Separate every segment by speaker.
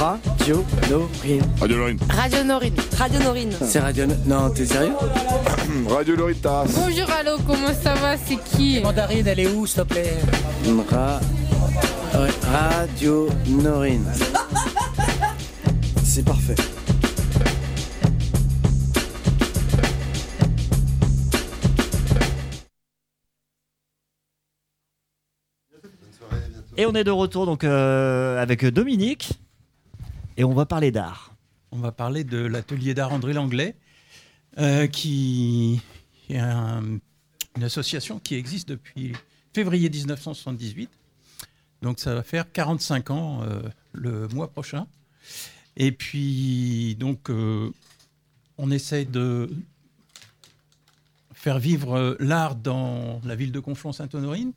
Speaker 1: Radio Norin.
Speaker 2: Radio Lorine.
Speaker 3: Radio Norine.
Speaker 4: Radio Norine.
Speaker 1: C'est Radio Norin. Non, t'es sérieux
Speaker 2: Radio Lorine Taras.
Speaker 3: Bonjour Allo, comment ça va C'est qui
Speaker 5: Mandarine, elle est où, s'il te plaît
Speaker 1: Ra- ouais, Radio Norin. C'est parfait.
Speaker 6: Et on est de retour donc euh, avec Dominique et on va parler d'art.
Speaker 7: On va parler de l'atelier d'art André Langlais, euh, qui est un- une association qui existe depuis février 1978. Donc ça va faire 45 ans euh, le mois prochain. Et puis, donc, euh, on essaye de faire vivre euh, l'art dans la ville de Conflans-Sainte-Honorine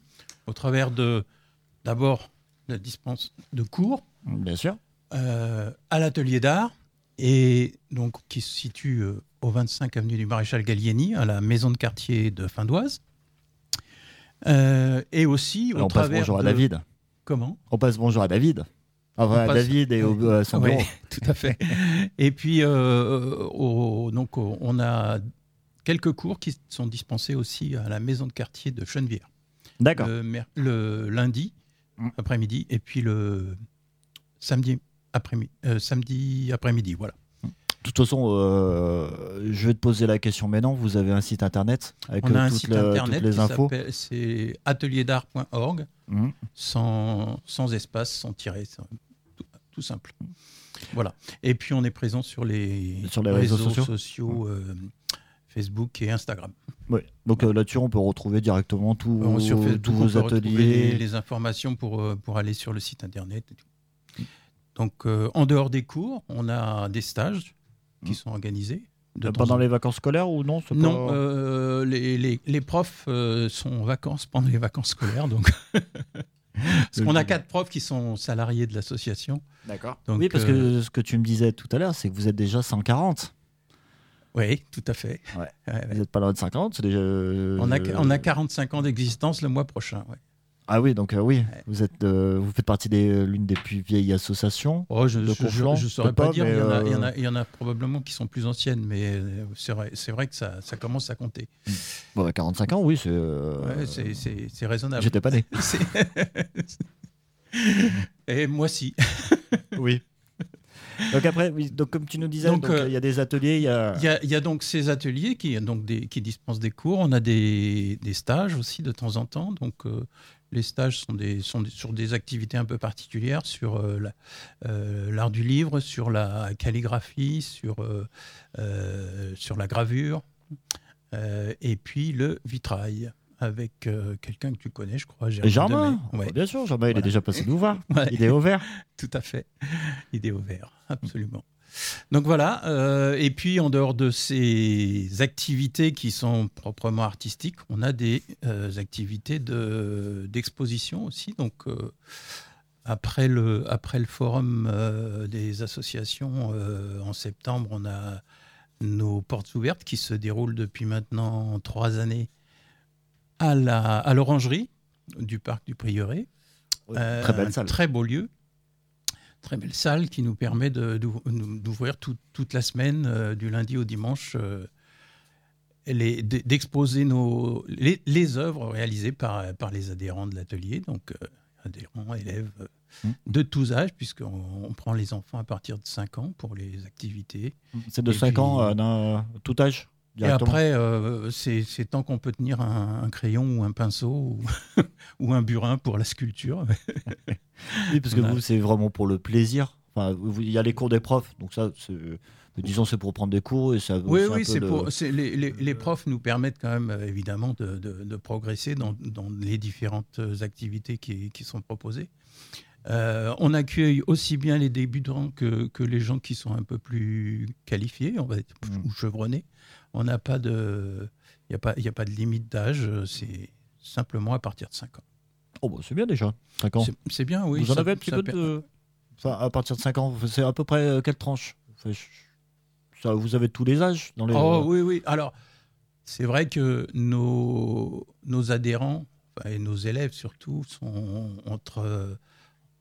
Speaker 7: au travers de, d'abord, la dispense de cours
Speaker 6: Bien sûr.
Speaker 7: euh, à l'atelier d'art, et donc qui se situe euh, au 25 avenue du Maréchal Gallieni, à la maison de quartier de Findoise. Euh, et aussi au
Speaker 6: on passe
Speaker 7: travers
Speaker 6: bonjour à
Speaker 7: de-
Speaker 6: David.
Speaker 7: Comment
Speaker 6: On passe bonjour à David. Enfin,
Speaker 7: On
Speaker 6: à
Speaker 7: passe-
Speaker 6: David et au, euh, à son
Speaker 7: Oui,
Speaker 6: bureau.
Speaker 7: tout à fait. Et puis, euh, au- donc, au- on a quelques cours qui sont dispensés aussi à la maison de quartier de Chenevière.
Speaker 6: D'accord.
Speaker 7: le, mer- le lundi
Speaker 6: Mm.
Speaker 7: après-midi et puis le samedi après-midi. euh, samedi après-midi, voilà.
Speaker 6: De toute façon, euh, je vais te poser la question maintenant. Vous avez un site internet avec
Speaker 7: On a
Speaker 6: euh,
Speaker 7: un
Speaker 6: toutes,
Speaker 7: site
Speaker 6: le-
Speaker 7: internet
Speaker 6: toutes les
Speaker 7: qui
Speaker 6: infos.
Speaker 7: s'appelle c'est atelierdart.org
Speaker 6: Mhm.
Speaker 7: sans, sans espace, sans tirer, sans- tout, tout simple. Voilà. Et puis on est présent sur les,
Speaker 6: Sur les réseaux sociaux. Mmh.
Speaker 7: euh, Facebook et Instagram.
Speaker 6: Ouais. Donc euh, là-dessus, on peut retrouver directement tous
Speaker 7: On- Euh, sur Facebook,
Speaker 6: tous
Speaker 7: on
Speaker 6: vos
Speaker 7: peut retrouver
Speaker 6: ateliers.
Speaker 7: les, les informations pour, euh, pour aller sur le site internet. et tout. Donc, euh, en dehors des cours, on a des stages qui
Speaker 6: Mm.
Speaker 7: sont organisés. de
Speaker 6: Euh,
Speaker 7: temps
Speaker 6: Pendant
Speaker 7: en-
Speaker 6: les vacances scolaires ou non c'est
Speaker 7: Non,
Speaker 6: pas-
Speaker 7: euh, les, les- les profs euh, sont en vacances pendant les vacances scolaires. Donc... parce qu'on a quatre profs qui sont salariés de l'association.
Speaker 6: D'accord.
Speaker 7: donc,
Speaker 6: Oui, parce
Speaker 7: euh,
Speaker 6: que ce que tu me disais tout à l'heure, c'est que vous êtes déjà 140.
Speaker 7: Oui, tout à fait.
Speaker 6: Ouais.
Speaker 7: Ouais,
Speaker 6: Vous
Speaker 7: ouais.
Speaker 6: n'êtes pas loin de 50. c'est déjà- euh,
Speaker 7: On, a, on a 45 ans d'existence le mois prochain. ouais.
Speaker 6: Ah oui, donc euh, oui, vous êtes, euh, vous faites partie des l'une des plus vieilles associations.
Speaker 7: Oh, je
Speaker 6: de Conflans,
Speaker 7: ne
Speaker 6: je
Speaker 7: saurais
Speaker 6: peux
Speaker 7: pas,
Speaker 6: pas,
Speaker 7: dire.
Speaker 6: mais,
Speaker 7: Il y, en a,
Speaker 6: euh,
Speaker 7: il y en a- il y en a probablement qui sont plus anciennes, mais euh, c'est vrai, c'est vrai que ça, ça commence à compter.
Speaker 6: Bon, bah, 45 ans, oui, c'est. euh,
Speaker 7: Ouais, c'est- c'est c'est raisonnable.
Speaker 6: J'étais pas né.
Speaker 7: C'est- Et moi, si.
Speaker 6: Oui. Donc après, oui, donc comme tu nous disais, donc,
Speaker 7: Donc,
Speaker 6: euh, il
Speaker 7: euh,
Speaker 6: y a des ateliers, il y a.
Speaker 7: Il y, a, il y a donc ces ateliers qui, donc des- qui dispensent des cours. On a des, des stages aussi de temps en temps. Donc, euh, les stages sont, des, sont des- sur des activités un peu particulières, sur euh, la- euh, l'art du livre, sur la calligraphie, sur, euh, euh, sur la gravure, euh, et puis le vitrail avec euh, quelqu'un que tu connais, je crois, Germain.
Speaker 6: Germain,
Speaker 7: Demey.
Speaker 6: Bah,
Speaker 7: Ouais,
Speaker 6: bien sûr, Germain, il est
Speaker 7: Voilà.
Speaker 6: déjà passé nous voir.
Speaker 7: Ouais.
Speaker 6: Il est au vert.
Speaker 7: tout à fait. Idée au vert, absolument. Donc voilà, euh, et puis en dehors de ces activités qui sont proprement artistiques, on a des euh, activités de- d'exposition aussi. Donc euh, après, le, après le forum euh, des associations euh, en septembre, on a nos portes ouvertes qui se déroulent depuis maintenant trois années à la- à l'orangerie du parc du Prieuré. Euh,
Speaker 6: Très
Speaker 7: un
Speaker 6: belle salle.
Speaker 7: Très beau lieu. Très belle salle qui nous permet de- d'ou- d'ouvrir tout- toute la semaine, euh, du lundi au dimanche, euh, les- d- d'exposer nos les, les œuvres réalisées par, par les adhérents de l'atelier, donc euh, adhérents, élèves euh,
Speaker 6: Mm.
Speaker 7: de tous âges, puisqu'on on prend les enfants à partir de 5 ans pour les activités.
Speaker 6: C'est de
Speaker 7: Et
Speaker 6: 5
Speaker 7: puis-
Speaker 6: ans, euh, d'un- tout âge.
Speaker 7: Et
Speaker 6: directement.
Speaker 7: après, euh, c'est c'est tant qu'on peut tenir un, un crayon ou un pinceau ou, ou un burin pour la sculpture.
Speaker 6: Oui, parce que
Speaker 7: on a-
Speaker 6: vous, c'est vraiment pour le plaisir. Enfin, vous- il y a les cours des profs, donc ça, c'est- mais disons, c'est pour prendre des cours et ça.
Speaker 7: Oui,
Speaker 6: c'est un
Speaker 7: oui,
Speaker 6: peu
Speaker 7: c'est
Speaker 6: le-
Speaker 7: pour. c'est- Les, les- les profs nous permettent quand même, euh, évidemment, de, de- de progresser dans, dans les différentes euh, activités qui, qui sont proposées. Euh, on accueille aussi bien les débutants que, que les gens qui sont un peu plus qualifiés, on va dire,
Speaker 6: Mm.
Speaker 7: ou chevronnés. On n'a pas de, il n'y a pas, il y a pas de limite d'âge. euh, C'est simplement à partir de 5 ans.
Speaker 6: Oh, bah, c'est bien déjà. 5 ans.
Speaker 7: C'est- C'est bien, oui.
Speaker 6: vous en
Speaker 7: ça-
Speaker 6: avez un petit
Speaker 7: ça
Speaker 6: peu
Speaker 7: per-
Speaker 6: de. Enfin, à partir de 5 ans, c'est à peu près euh, quelle tranche Enfin, je- ça, Vous avez tous les âges dans les.
Speaker 7: Oh oui, oui. Alors, c'est vrai que nos, nos adhérents enfin, et nos élèves surtout sont entre. euh, ont-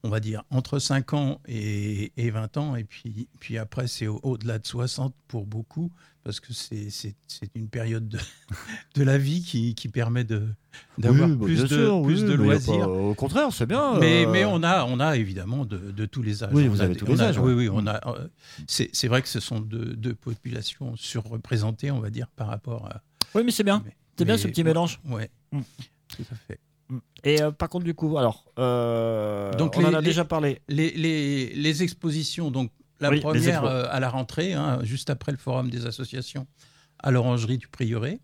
Speaker 7: on va dire, entre 5 ans et, et 20 ans. Et puis, puis après, c'est au- au-delà de 60 pour beaucoup, parce que c'est c'est- c'est une période de, de la vie qui, qui permet de- d'avoir
Speaker 6: Oui, bah,
Speaker 7: plus,
Speaker 6: bien
Speaker 7: de,
Speaker 6: sûr, oui,
Speaker 7: plus de
Speaker 6: mais y a
Speaker 7: loisirs.
Speaker 6: pas- au contraire, c'est bien.
Speaker 7: Mais,
Speaker 6: euh,
Speaker 7: mais on, a, on a évidemment de, de tous les âges.
Speaker 6: Oui,
Speaker 7: On
Speaker 6: vous
Speaker 7: a
Speaker 6: avez
Speaker 7: des-
Speaker 6: tous les
Speaker 7: on a-
Speaker 6: âges,
Speaker 7: Oui,
Speaker 6: ouais. Mm.
Speaker 7: oui, on a. euh, C'est c'est vrai que ce sont deux, deux populations surreprésentées, on va dire, par rapport à.
Speaker 6: Oui, mais c'est bien.
Speaker 7: mais-
Speaker 6: C'est bien
Speaker 7: mais-
Speaker 6: ce petit
Speaker 7: ouais,
Speaker 6: mélange.
Speaker 7: Ouais.
Speaker 6: Mm.
Speaker 7: Tout à fait.
Speaker 6: Et euh, par contre, du coup, alors, euh,
Speaker 7: Donc,
Speaker 6: on en
Speaker 7: les-
Speaker 6: a
Speaker 7: les-
Speaker 6: déjà parlé.
Speaker 7: Les, les- les expositions, donc la
Speaker 6: Oui, les
Speaker 7: première
Speaker 6: expos.
Speaker 7: euh, à la rentrée, hein, juste après le forum des associations à l'orangerie du Prieuré.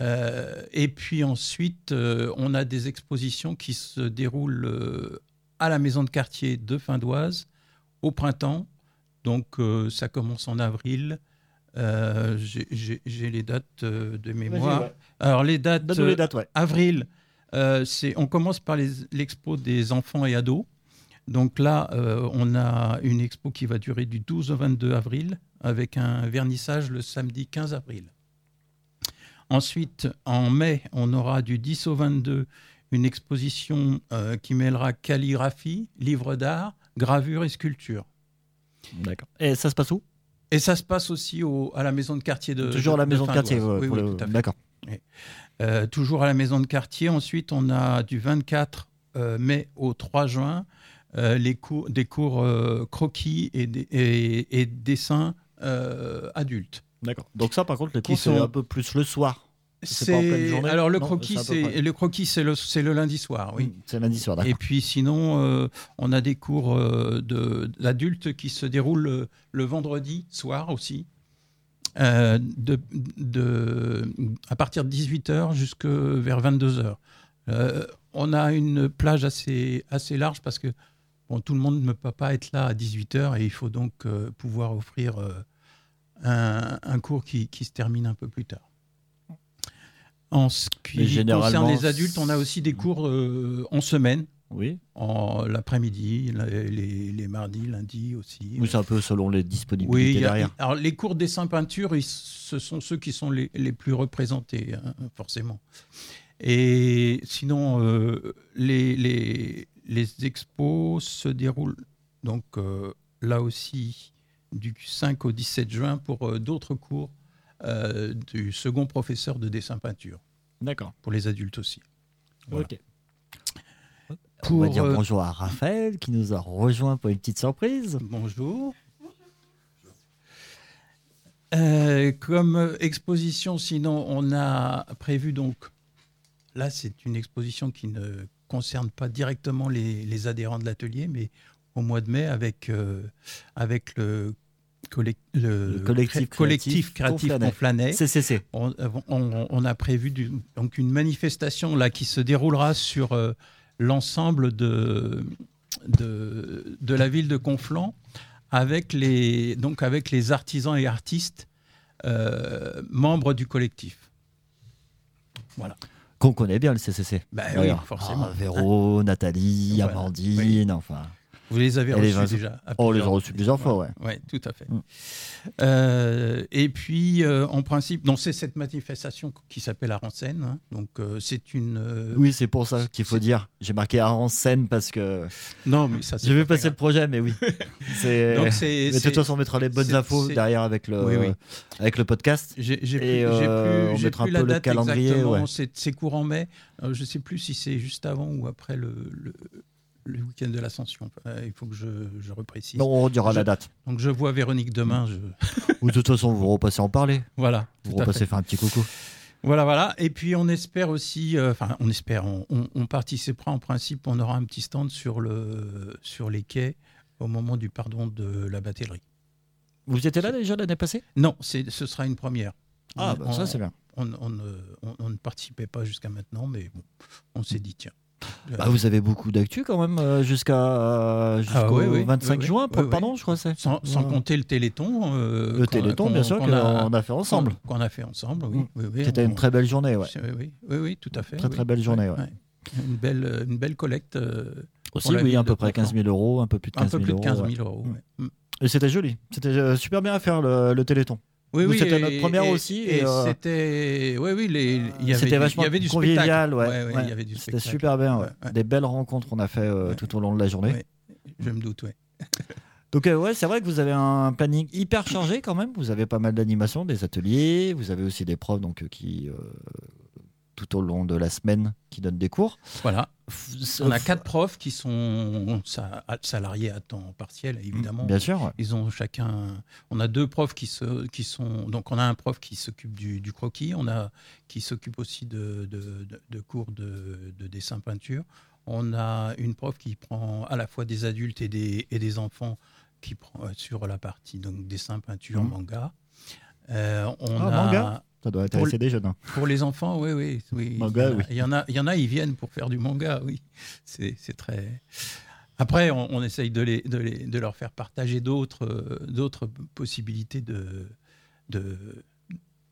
Speaker 7: Euh, et puis ensuite, euh, on a des expositions qui se déroulent euh, à la maison de quartier de Findoise au printemps. Donc euh, ça commence en avril. Euh, j'ai- J'ai j'ai les dates euh, de mémoire.
Speaker 6: ouais.
Speaker 7: Alors les dates,
Speaker 6: Donne-nous les dates, ouais.
Speaker 7: Avril, euh, c'est- on commence par les- l'expo des enfants et ados. Donc là, euh, on a une expo qui va durer du 12 au 22 avril, avec un vernissage le samedi 15 avril. Ensuite, en mai, on aura du 10 au 22 une exposition euh, qui mêlera calligraphie, livre d'art, gravure et sculpture.
Speaker 6: D'accord. Et ça se passe où
Speaker 7: Et ça se passe aussi au- à la maison de quartier de
Speaker 6: Toujours à la
Speaker 7: Euh, de
Speaker 6: maison de quartier.
Speaker 7: Findoise.
Speaker 6: ouais,
Speaker 7: Oui,
Speaker 6: pour
Speaker 7: oui,
Speaker 6: le-
Speaker 7: tout à fait.
Speaker 6: D'accord.
Speaker 7: Euh, toujours à la maison de quartier. Ensuite, on a du 24 euh, mai au 3 juin euh, les cours, des cours euh, croquis et, des- et, et dessins euh, adultes.
Speaker 6: D'accord. Donc ça, par contre, les
Speaker 7: Qui
Speaker 6: cours, c'est
Speaker 7: sont-
Speaker 6: un peu plus le soir. C'est pas en pleine journée
Speaker 7: alors le
Speaker 6: Non,
Speaker 7: croquis,
Speaker 6: c'est à peu près.
Speaker 7: c'est le croquis, c'est le, c'est le lundi soir, oui.
Speaker 6: C'est lundi soir, d'accord.
Speaker 7: Et puis sinon, euh, on a des cours euh, de- d'adultes qui se déroulent le, le vendredi soir aussi, euh, de, de- à partir de 18h jusque vers 22h. on a une plage assez, assez large parce que bon, tout le monde ne peut pas être là à 18h et il faut donc euh, pouvoir offrir euh, un, un cours qui, qui se termine un peu plus tard. En ce
Speaker 6: Mais
Speaker 7: qui
Speaker 6: généralement,
Speaker 7: concerne les adultes, on a aussi des cours euh, en semaine
Speaker 6: Oui.
Speaker 7: en l'après-midi, la- les, les mardis, lundis aussi.
Speaker 6: Oui, c'est un peu selon les disponibilités
Speaker 7: il y a-
Speaker 6: derrière.
Speaker 7: alors les cours dessin peinture, ils- ce sont ceux qui sont les, les plus représentés, hein, forcément. Et sinon, euh, les, les, les expos se déroulent donc euh, là aussi du 5 au 17 juin pour euh, d'autres cours euh, du second professeur de dessin peinture
Speaker 6: D'accord.
Speaker 7: pour les adultes aussi. Voilà.
Speaker 6: Ok. On
Speaker 7: Pour,
Speaker 6: va dire
Speaker 7: euh,
Speaker 6: bonjour à Raphaël qui nous a rejoint pour une petite surprise.
Speaker 7: Bonjour. Euh, comme euh, exposition, sinon, on a prévu donc. Là, c'est une exposition qui ne concerne pas directement les, les adhérents de l'atelier, mais au mois de mai, avec, euh, avec le, collec- le
Speaker 6: Le collectif
Speaker 7: cré-
Speaker 6: créatif
Speaker 7: collectif créatif
Speaker 6: Conflanet.
Speaker 7: Conflanet,
Speaker 6: CCC.
Speaker 7: on, euh, on- on a prévu du- donc une manifestation là qui se déroulera sur euh, l'ensemble de, de, de la ville de Conflans avec les, donc avec les artisans et artistes euh, membres du collectif.
Speaker 6: Qu'on connaît bien le CCC.
Speaker 7: Ben oui,
Speaker 6: D'ailleurs.
Speaker 7: forcément.
Speaker 6: Ah, Véro, Nathalie,
Speaker 7: Voilà,
Speaker 6: Amandine,
Speaker 7: oui.
Speaker 6: enfin.
Speaker 7: Vous les avez
Speaker 6: Et les vingt-
Speaker 7: reçus déjà à
Speaker 6: On les a
Speaker 7: plusieurs
Speaker 6: reçus plusieurs fois, ouais.
Speaker 7: Oui, tout à fait.
Speaker 6: Mm.
Speaker 7: Euh, et puis, euh, en principe, non, c'est cette manifestation qui s'appelle Arancène. hein. donc, euh, c'est une. euh,
Speaker 6: Oui, c'est pour ça qu'il faut dire. J'ai marqué Arancène parce que
Speaker 7: Non, mais ça. c'est
Speaker 6: j'ai vu
Speaker 7: pas très
Speaker 6: passer le projet, mais oui. C'est.
Speaker 7: grave. Donc, c'est.
Speaker 6: Mais de
Speaker 7: c'est-
Speaker 6: toute façon, on mettra les bonnes
Speaker 7: c'est-
Speaker 6: infos
Speaker 7: c'est-
Speaker 6: derrière avec le,
Speaker 7: Oui, oui.
Speaker 6: Avec le podcast.
Speaker 7: J'ai j'ai
Speaker 6: Et,
Speaker 7: plus, j'ai
Speaker 6: euh,
Speaker 7: plus-
Speaker 6: on
Speaker 7: j'ai
Speaker 6: mettra
Speaker 7: plus
Speaker 6: un
Speaker 7: la
Speaker 6: peu le
Speaker 7: date
Speaker 6: calendrier,
Speaker 7: exactement.
Speaker 6: ouais.
Speaker 7: C'est c'est courant mai. Euh, je ne sais plus si c'est juste avant ou après le, le, le week-end de l'Ascension. Euh, il faut que je, je reprécise.
Speaker 6: Non, on dira
Speaker 7: Je-
Speaker 6: la date.
Speaker 7: Donc je vois Véronique demain. Je...
Speaker 6: Ou de toute façon, vous repassez en parler.
Speaker 7: Voilà.
Speaker 6: Vous
Speaker 7: tout à fait.
Speaker 6: repassez faire un petit coucou.
Speaker 7: Voilà, voilà. Et puis on espère aussi, euh, enfin on espère, on, on- on participera en principe, on aura un petit stand sur, le, sur les quais au moment du pardon de la batellerie.
Speaker 6: Vous étiez là déjà l'année passée
Speaker 7: Non, c'est- ce sera une première.
Speaker 6: Ah,
Speaker 7: On-
Speaker 6: bah, ça,
Speaker 7: on-
Speaker 6: c'est bien.
Speaker 7: on, on ne, on- on ne participait pas jusqu'à maintenant, mais bon, on s'est dit, tiens. euh,
Speaker 6: Bah, vous avez beaucoup d'actu quand même euh, jusqu'à euh, jusqu'au
Speaker 7: Ah, oui, oui,
Speaker 6: 25
Speaker 7: oui, oui.
Speaker 6: juin.
Speaker 7: Oui, oui.
Speaker 6: Pardon, je crois que c'est.
Speaker 7: Sans, sans
Speaker 6: Ouais.
Speaker 7: compter le Téléthon. euh,
Speaker 6: Le
Speaker 7: qu'on-
Speaker 6: Téléthon,
Speaker 7: qu'on-
Speaker 6: bien sûr,
Speaker 7: qu'on
Speaker 6: qu'on a, fait ensemble.
Speaker 7: Qu'on a fait ensemble, oui.
Speaker 6: Mm.
Speaker 7: oui, oui,
Speaker 6: C'était
Speaker 7: on-
Speaker 6: une très belle journée, ouais.
Speaker 7: c'est- Oui, oui, oui, oui, tout à fait.
Speaker 6: Très,
Speaker 7: oui.
Speaker 6: très belle journée, ouais.
Speaker 7: Une, belle, une belle collecte, euh,
Speaker 6: Aussi,
Speaker 7: On l'a
Speaker 6: oui,
Speaker 7: vu
Speaker 6: à
Speaker 7: de
Speaker 6: peu près
Speaker 7: Conflans.
Speaker 6: 15 000 euros, un peu plus de
Speaker 7: un
Speaker 6: 15
Speaker 7: peu
Speaker 6: 000
Speaker 7: plus de
Speaker 6: euros.
Speaker 7: 15 000
Speaker 6: ouais.
Speaker 7: euros. ouais. Mm.
Speaker 6: Et c'était joli. C'était euh, super bien à faire le, le Téléthon.
Speaker 7: Oui,
Speaker 6: Nous,
Speaker 7: oui,
Speaker 6: c'était
Speaker 7: et-
Speaker 6: notre première
Speaker 7: et-
Speaker 6: aussi,
Speaker 7: Et,
Speaker 6: et, euh,
Speaker 7: c'était. Oui, oui, les- il y avait,
Speaker 6: C'était
Speaker 7: du-
Speaker 6: vachement
Speaker 7: il y avait du
Speaker 6: convivial,
Speaker 7: spectacle.
Speaker 6: ouais.
Speaker 7: Ouais, ouais,
Speaker 6: ouais.
Speaker 7: Il y avait du
Speaker 6: C'était
Speaker 7: spectacle.
Speaker 6: super bien, ouais.
Speaker 7: Ouais, ouais.
Speaker 6: Des belles rencontres qu'on a fait euh,
Speaker 7: Ouais.
Speaker 6: tout au long de la journée.
Speaker 7: Ouais. Je me doute, ouais.
Speaker 6: Donc euh, ouais, c'est vrai que vous avez un planning hyper chargé quand même. Vous avez pas mal d'animations, des ateliers. Vous avez aussi des profs donc euh, qui euh, tout au long de la semaine qui donnent des cours.
Speaker 7: Voilà.
Speaker 6: F- euh,
Speaker 7: On a
Speaker 6: f-
Speaker 7: quatre profs qui sont sa- salariés à temps partiel, évidemment.
Speaker 6: Mm, Bien sûr. ouais.
Speaker 7: Ils ont chacun. On a deux profs qui, se, qui sont. Donc, on a un prof qui s'occupe du, du croquis, on a qui s'occupe aussi de, de- de- de cours de, de dessin-peinture. On a une prof qui prend à la fois des adultes et des, et des enfants qui prend euh, sur la partie donc dessin-peinture,
Speaker 6: Mhm.
Speaker 7: manga. Euh, on
Speaker 6: Ah,
Speaker 7: a
Speaker 6: manga Ça doit intéresser
Speaker 7: Pour
Speaker 6: des jeunes. hein.
Speaker 7: pour les enfants, oui, oui, oui.
Speaker 6: Manga, oui.
Speaker 7: il y en a, il y en a, ils viennent pour faire du manga, oui. C'est c'est très. Après, on, on essaye de, les, de, les- de leur faire partager d'autres euh, d'autres possibilités de, de,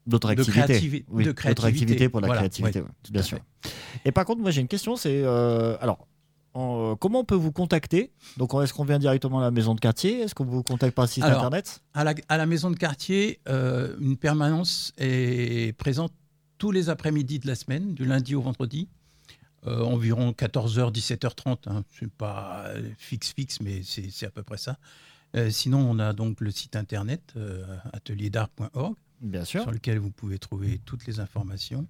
Speaker 6: D'autres
Speaker 7: de
Speaker 6: activités.
Speaker 7: créativi-
Speaker 6: Oui,
Speaker 7: de
Speaker 6: d'autres
Speaker 7: créativité.
Speaker 6: activités pour la
Speaker 7: Voilà,
Speaker 6: créativité.
Speaker 7: ouais,
Speaker 6: ouais,
Speaker 7: tout
Speaker 6: bien
Speaker 7: à
Speaker 6: sûr.
Speaker 7: fait.
Speaker 6: Et par contre, moi j'ai une question. C'est euh, alors. en- euh, comment on peut vous contacter Donc, est-ce qu'on vient directement à la maison de quartier Est-ce qu'on vous contacte par site
Speaker 7: Alors,
Speaker 6: internet
Speaker 7: À la, à la maison de quartier, euh, une permanence est présente tous les après-midi de la semaine, du lundi au vendredi, euh, environ 14h, 17h30. Hein. C'est pas euh, fixe, fixe, mais c'est c'est à peu près ça. Euh, sinon, on a donc le site internet euh, atelierdart.org
Speaker 6: Bien sûr.
Speaker 7: sur lequel vous pouvez trouver toutes les informations.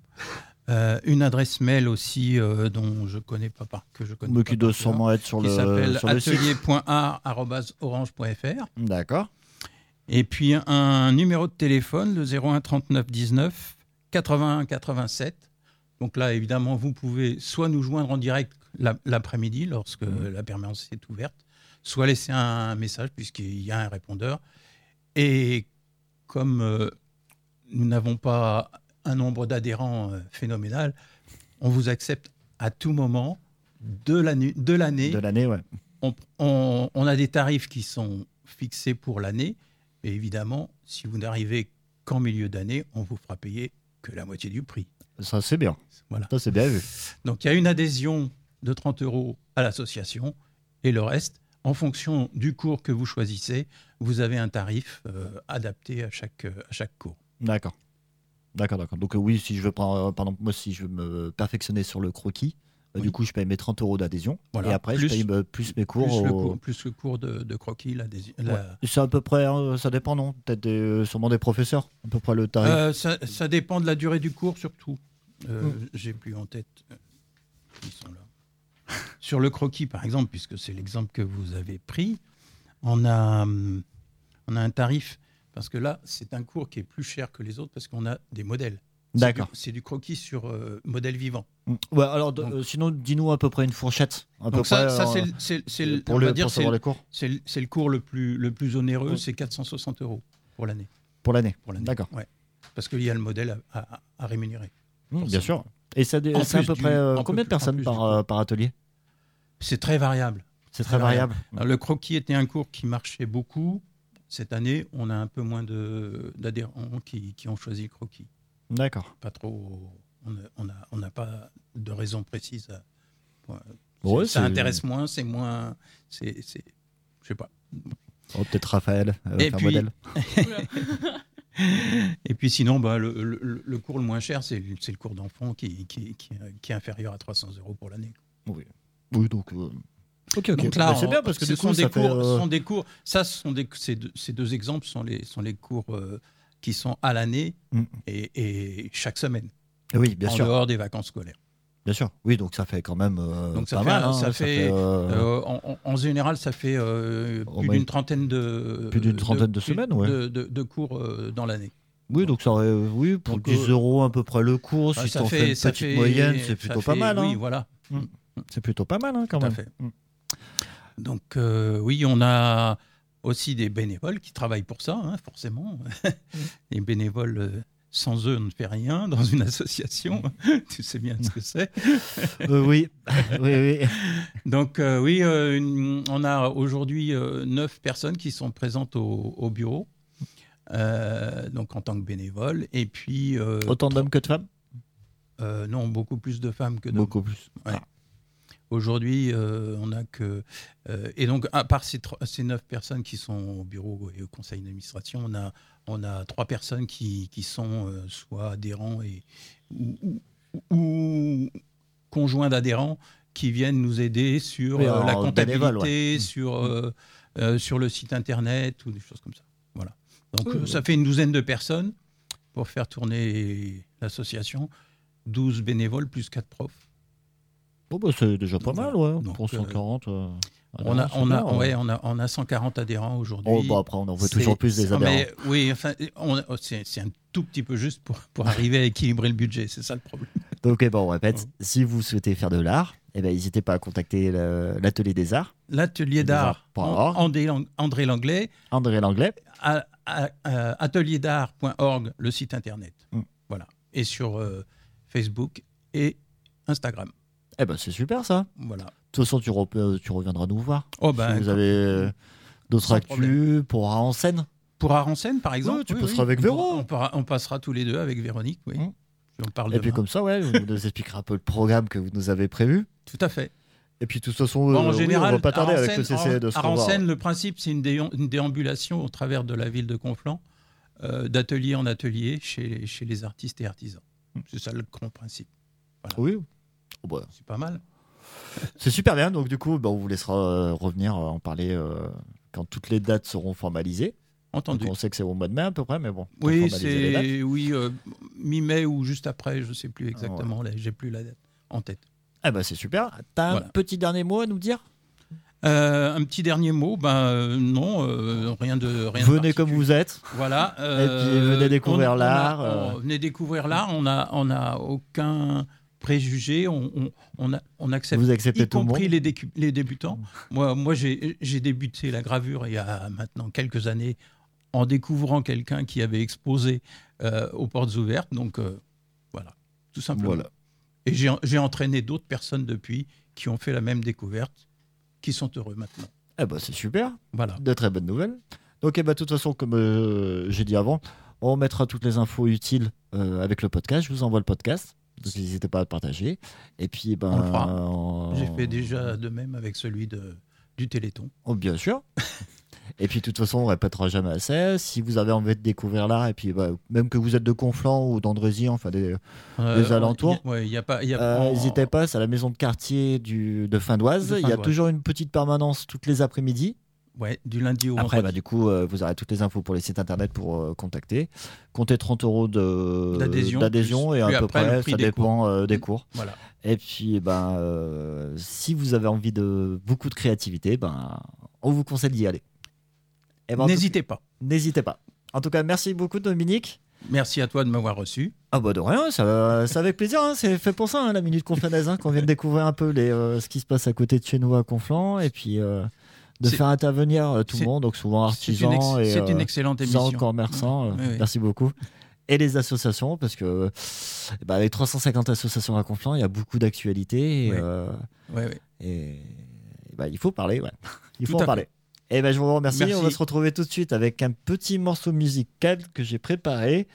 Speaker 7: Euh, une adresse mail aussi euh, dont je connais pas par que je connais
Speaker 6: Mais
Speaker 7: pas
Speaker 6: qui
Speaker 7: par
Speaker 6: doit
Speaker 7: cœur,
Speaker 6: sûrement être sur
Speaker 7: qui
Speaker 6: le,
Speaker 7: s'appelle
Speaker 6: sur le site.
Speaker 7: atelier.art@orange.fr.
Speaker 6: D'accord.
Speaker 7: Et puis un numéro de téléphone, le 01 39 19 81 87. Donc là, évidemment, vous pouvez soit nous joindre en direct la- l'après-midi lorsque la permanence est ouverte, soit laisser un message puisqu'il y a un répondeur. Et comme euh, nous n'avons pas un nombre d'adhérents euh, phénoménal, on vous accepte à tout moment de l'année. de l'année
Speaker 6: De l'année, ouais.
Speaker 7: on, on- on a des tarifs qui sont fixés pour l'année. Et évidemment, si vous n'arrivez qu'en milieu d'année, on vous fera payer que la moitié du prix.
Speaker 6: Ça, c'est bien.
Speaker 7: Voilà.
Speaker 6: Ça, c'est bien vu.
Speaker 7: Donc il y a une adhésion de 30 euros à l'association et le reste, en fonction du cours que vous choisissez, vous avez un tarif euh, adapté à chaque, euh, à chaque cours.
Speaker 6: D'accord. D'accord, d'accord. Donc, euh, oui, si je veux prendre, euh, par exemple, moi, si je veux me perfectionner sur le croquis, euh,
Speaker 7: Oui.
Speaker 6: du coup, je paye mes 30 euros d'adhésion.
Speaker 7: Voilà.
Speaker 6: Et après,
Speaker 7: Plus-
Speaker 6: je paye euh, plus mes cours.
Speaker 7: plus, le
Speaker 6: au-
Speaker 7: cours plus le cours de, de croquis, l'adhésion- la,
Speaker 6: Ouais. C'est à peu près, euh, ça dépend, non Peut-être des- euh, sûrement des professeurs, à peu près le tarif.
Speaker 7: Euh, ça, ça dépend de la durée du cours, surtout. Euh,
Speaker 6: Hum.
Speaker 7: J'ai plus en tête. euh, Ils sont là. Sur le croquis, par exemple, puisque c'est l'exemple que vous avez pris, on a, hum, on a un tarif. Parce que là, c'est un cours qui est plus cher que les autres parce qu'on a des modèles. C'est
Speaker 6: D'accord.
Speaker 7: du- C'est du croquis sur euh, modèle vivant.
Speaker 6: Mm. Ouais, alors, de-
Speaker 7: Donc-
Speaker 6: euh, sinon, dis-nous à peu près une fourchette. À peu
Speaker 7: Donc ça,
Speaker 6: près,
Speaker 7: ça,
Speaker 6: euh,
Speaker 7: c'est le- c'est- c'est le-
Speaker 6: pour,
Speaker 7: on va
Speaker 6: le,
Speaker 7: dire
Speaker 6: pour
Speaker 7: c'est
Speaker 6: savoir
Speaker 7: le-
Speaker 6: les cours
Speaker 7: c'est le- c'est le cours le plus, le plus onéreux,
Speaker 6: Ouais.
Speaker 7: c'est 460 euros pour l'année.
Speaker 6: pour l'année.
Speaker 7: pour l'année.
Speaker 6: D'accord.
Speaker 7: Ouais. Parce qu'il y a le modèle à- à- à rémunérer.
Speaker 6: Mm,
Speaker 7: Pour
Speaker 6: bien
Speaker 7: ça.
Speaker 6: sûr. Et ça dé-
Speaker 7: En
Speaker 6: c'est à
Speaker 7: plus
Speaker 6: peu
Speaker 7: du-
Speaker 6: près euh,
Speaker 7: en peu
Speaker 6: combien de
Speaker 7: plus- en
Speaker 6: personnes
Speaker 7: plus du
Speaker 6: par,
Speaker 7: cours.
Speaker 6: euh, par atelier
Speaker 7: C'est très variable.
Speaker 6: C'est très
Speaker 7: Très
Speaker 6: variable.
Speaker 7: Alors, le croquis était un cours qui marchait beaucoup. Cette année, on a un peu moins de- d'adhérents qui, qui ont choisi le croquis.
Speaker 6: D'accord.
Speaker 7: Pas trop. On n'a on a- on n'a pas de raison précise. à- pour- euh,
Speaker 6: Ouais,
Speaker 7: ça
Speaker 6: c'est-
Speaker 7: intéresse moins, c'est moins. c'est c'est- Je sais pas.
Speaker 6: Oh, peut-être Raphaël, euh,
Speaker 7: Et
Speaker 6: faire
Speaker 7: puis-
Speaker 6: modèle.
Speaker 7: Et puis sinon, bah, le, le- le cours le moins cher, c'est le c'est le cours d'enfant qui, qui, qui- qui est inférieur à 300 euros pour l'année.
Speaker 6: Oui, donc. euh, Ok, ok.
Speaker 7: Donc là,
Speaker 6: Mais c'est
Speaker 7: on-
Speaker 6: bien parce que
Speaker 7: ce
Speaker 6: du
Speaker 7: sont
Speaker 6: coup,
Speaker 7: des
Speaker 6: ça fait,
Speaker 7: cours,
Speaker 6: euh,
Speaker 7: ce sont des cours. Ça, ce sont des, ces, deux, ces deux exemples sont les, sont les cours euh, qui sont à l'année
Speaker 6: Mm.
Speaker 7: et, et chaque semaine,
Speaker 6: Oui, bien
Speaker 7: en
Speaker 6: sûr,
Speaker 7: dehors des vacances scolaires.
Speaker 6: bien sûr. Oui, donc ça fait quand même. euh,
Speaker 7: Donc ça
Speaker 6: pas
Speaker 7: fait-
Speaker 6: mal, hein,
Speaker 7: ça fait,
Speaker 6: euh,
Speaker 7: Euh, en, en- en général, ça fait euh,
Speaker 6: Au
Speaker 7: plus
Speaker 6: moins-
Speaker 7: d'une trentaine de
Speaker 6: Oh, plus d'une trentaine de
Speaker 7: plus-
Speaker 6: semaines, ouais. Oh,
Speaker 7: de, de- de cours euh, dans l'année.
Speaker 6: Oui, donc ça aurait- oui, pour
Speaker 7: Donc,
Speaker 6: 10
Speaker 7: euh,
Speaker 6: euros à peu près le cours,
Speaker 7: Ah,
Speaker 6: si t'en fais une
Speaker 7: ça
Speaker 6: petite
Speaker 7: fait-
Speaker 6: moyenne,
Speaker 7: ça
Speaker 6: c'est plutôt pas
Speaker 7: fait-
Speaker 6: mal.
Speaker 7: Oui,
Speaker 6: hein.
Speaker 7: voilà.
Speaker 6: C'est plutôt pas mal hein, quand
Speaker 7: Tout à
Speaker 6: même.
Speaker 7: fait.
Speaker 6: Mm.
Speaker 7: Donc euh, oui, on a aussi des bénévoles qui travaillent pour ça, hein, forcément.
Speaker 6: Mm.
Speaker 7: Les bénévoles, euh, sans eux, on ne fait rien dans une association.
Speaker 6: Mm.
Speaker 7: tu sais bien ce que c'est.
Speaker 6: Euh, oui, oui, oui.
Speaker 7: Donc euh, oui, euh, une- on a aujourd'hui euh, neuf personnes qui sont présentes au, au bureau. euh, donc en tant que bénévoles. et puis euh,
Speaker 6: Autant d'hommes que de femmes
Speaker 7: euh, non beaucoup plus de femmes que d'hommes
Speaker 6: Beaucoup plus.
Speaker 7: Ouais. Aujourd'hui, euh, on a que. euh, et donc, à part ces, tro- ces neuf personnes qui sont au bureau et au conseil d'administration, on a, on a trois personnes qui, qui sont euh, soit adhérents et, ou, ou- ou conjoints d'adhérents qui viennent nous aider sur
Speaker 6: Oui,
Speaker 7: euh,
Speaker 6: en
Speaker 7: la comptabilité,
Speaker 6: bénévole, ouais. Mm.
Speaker 7: sur, euh, euh, sur le site internet ou des choses comme ça. Voilà. Donc,
Speaker 6: Oui,
Speaker 7: euh,
Speaker 6: oui.
Speaker 7: ça fait une douzaine de personnes pour faire tourner l'association. 12 bénévoles plus 4 profs.
Speaker 6: Bon, bah, c'est déjà pas mal, ouais.
Speaker 7: Donc,
Speaker 6: pour
Speaker 7: euh,
Speaker 6: 140. euh,
Speaker 7: On a,
Speaker 6: adhérents,
Speaker 7: on,
Speaker 6: c'est
Speaker 7: a,
Speaker 6: bien,
Speaker 7: ouais, on, a, on a 140 adhérents aujourd'hui.
Speaker 6: hein. Oh, bah, après, on en veut
Speaker 7: C'est-
Speaker 6: toujours plus des
Speaker 7: c'est-
Speaker 6: adhérents.
Speaker 7: mais oui, enfin, on- oh, c'est c'est un tout petit peu juste pour, pour arriver à équilibrer le budget, c'est ça le problème.
Speaker 6: Donc, eh ben, on répète, si vous souhaitez faire de l'art, eh ben, n'hésitez pas à contacter le- l'atelier des arts,
Speaker 7: L'atelier d'art,
Speaker 6: D'art.org.
Speaker 7: André, Lang- André Langlais,
Speaker 6: André Langlais.
Speaker 7: à- à- à atelierdart.org, le site internet.
Speaker 6: Mm.
Speaker 7: Voilà. Et sur euh, Facebook et Instagram.
Speaker 6: Eh ben, c'est super ça.
Speaker 7: Voilà.
Speaker 6: De toute façon, tu, re- euh, tu reviendras nous voir.
Speaker 7: Oh,
Speaker 6: si
Speaker 7: ben,
Speaker 6: vous avez euh, d'autres
Speaker 7: sans
Speaker 6: actus pour Art en scène.
Speaker 7: Pour Aransen, par exemple.
Speaker 6: tu passeras avec
Speaker 7: on
Speaker 6: Véro.
Speaker 7: pourra- On, pourra- on passera tous les deux avec Véronique, oui.
Speaker 6: Mm.
Speaker 7: Puis on parle
Speaker 6: Et puis
Speaker 7: demain.
Speaker 6: comme ça, ouais, vous nous expliquerez un peu le programme que vous nous avez prévu.
Speaker 7: Tout à fait.
Speaker 6: Et puis de toute façon,
Speaker 7: Bon,
Speaker 6: euh,
Speaker 7: en
Speaker 6: oui,
Speaker 7: général,
Speaker 6: on va pas tarder
Speaker 7: à
Speaker 6: avec le
Speaker 7: Rancène-
Speaker 6: CCA de se
Speaker 7: à
Speaker 6: revoir.
Speaker 7: Rancène, le principe, c'est une, déam- une déambulation au travers de la ville de Conflans, euh, d'atelier en atelier, chez, chez les artistes et artisans. C'est ça le grand principe.
Speaker 6: Oui. Oh, bah,
Speaker 7: C'est pas mal.
Speaker 6: c'est super bien. Donc du coup, bah, on vous laissera euh, revenir euh, en parler euh, quand toutes les dates seront formalisées.
Speaker 7: Entendu.
Speaker 6: Donc, on sait que c'est au mois de mai à peu près, mais bon. pour
Speaker 7: oui,
Speaker 6: formaliser les dates.
Speaker 7: c'est oui, euh, mi-mai ou juste après, je ne sais plus exactement.
Speaker 6: Ah
Speaker 7: là, J'ai plus la date en tête.
Speaker 6: Eh ben, c'est super. T'as un
Speaker 7: Voilà.
Speaker 6: petit dernier mot à nous dire
Speaker 7: Euh, un petit dernier mot, ben euh, non, euh, rien de rien. de
Speaker 6: Venez comme
Speaker 7: particulier.
Speaker 6: vous êtes.
Speaker 7: Voilà. euh,
Speaker 6: puis, venez découvrir
Speaker 7: on- on a-
Speaker 6: l'art,
Speaker 7: on-
Speaker 6: euh.
Speaker 7: Venez découvrir l'art. On a, on a aucun préjugé. On, on, on, a- on accepte.
Speaker 6: Vous acceptez
Speaker 7: y
Speaker 6: tout le monde.
Speaker 7: compris les, décu- les débutants. Moi, moi j'ai j'ai débuté la gravure il y a maintenant quelques années en découvrant quelqu'un qui avait exposé euh, aux portes ouvertes. Donc euh, voilà, tout simplement.
Speaker 6: Voilà.
Speaker 7: Et j'ai j'ai entraîné d'autres personnes depuis qui ont fait la même découverte, qui sont heureux maintenant.
Speaker 6: Eh ben, c'est super.
Speaker 7: Voilà.
Speaker 6: De très bonnes nouvelles. Donc, eh ben, de toute façon, comme euh, j'ai dit avant, on mettra toutes les infos utiles euh, avec le podcast. Je vous envoie le podcast. Donc, n'hésitez pas à le partager. Et puis, eh ben,
Speaker 7: On le fera.
Speaker 6: on-
Speaker 7: J'ai fait déjà de même avec celui de, du Téléthon.
Speaker 6: Oh, bien sûr. et puis, de toute façon, on répétera jamais assez. Si vous avez envie de découvrir l'art, et puis bah, même que vous êtes de Conflans ou d'Andrézy, enfin, des-
Speaker 7: Euh,
Speaker 6: Les alentours.
Speaker 7: y a- ouais, il y a pas. il Y a,
Speaker 6: euh,
Speaker 7: on-
Speaker 6: n'hésitez pas, c'est à la maison de quartier du, de Findoise.
Speaker 7: De
Speaker 6: Il y a
Speaker 7: Findoise.
Speaker 6: toujours une petite permanence toutes les après-midi.
Speaker 7: Ouais, du lundi au
Speaker 6: Après, bah,
Speaker 7: vendredi.
Speaker 6: du coup, euh, vous aurez toutes les infos pour les sites internet pour euh, contacter. Comptez 30 euros de-
Speaker 7: D'adhésion,
Speaker 6: d'adhésion
Speaker 7: plus-
Speaker 6: et à
Speaker 7: puis
Speaker 6: peu
Speaker 7: après, le
Speaker 6: près,
Speaker 7: prix
Speaker 6: ça
Speaker 7: des
Speaker 6: dépend euh, des cours.
Speaker 7: Voilà.
Speaker 6: Et puis, ben, euh, si vous avez envie de beaucoup de créativité, ben, on vous conseille d'y aller. Eh ben, en tout-
Speaker 7: N'hésitez pas.
Speaker 6: N'hésitez pas. En tout cas, merci beaucoup, Dominique.
Speaker 7: Merci à toi de m'avoir reçu.
Speaker 6: Ah bah de rien, ça- c'est avec plaisir, hein, c'est fait pour ça, hein, la Minute Conflanaise, hein, qu'on vienne découvrir un peu les, euh, ce qui se passe à côté de chez nous à Conflans, et puis euh, de
Speaker 7: C'est-
Speaker 6: faire intervenir euh, tout le
Speaker 7: c'est-
Speaker 6: monde, donc souvent
Speaker 7: C'est une, ex-
Speaker 6: artisans et
Speaker 7: c'est une
Speaker 6: euh,
Speaker 7: excellente
Speaker 6: artisans,
Speaker 7: émission.
Speaker 6: commerçants, euh,
Speaker 7: Oui, oui.
Speaker 6: merci beaucoup. Et les associations, parce que euh, bah, avec 350 associations à Conflans, il y a beaucoup d'actualités, et,
Speaker 7: Oui.
Speaker 6: euh,
Speaker 7: Ouais, ouais.
Speaker 6: et- et bah, il faut parler, ouais. il faut
Speaker 7: Tout à
Speaker 6: en
Speaker 7: fait.
Speaker 6: parler. Et ben je vous remercie.
Speaker 7: Merci.
Speaker 6: On va se retrouver tout de suite avec un petit morceau musical que j'ai préparé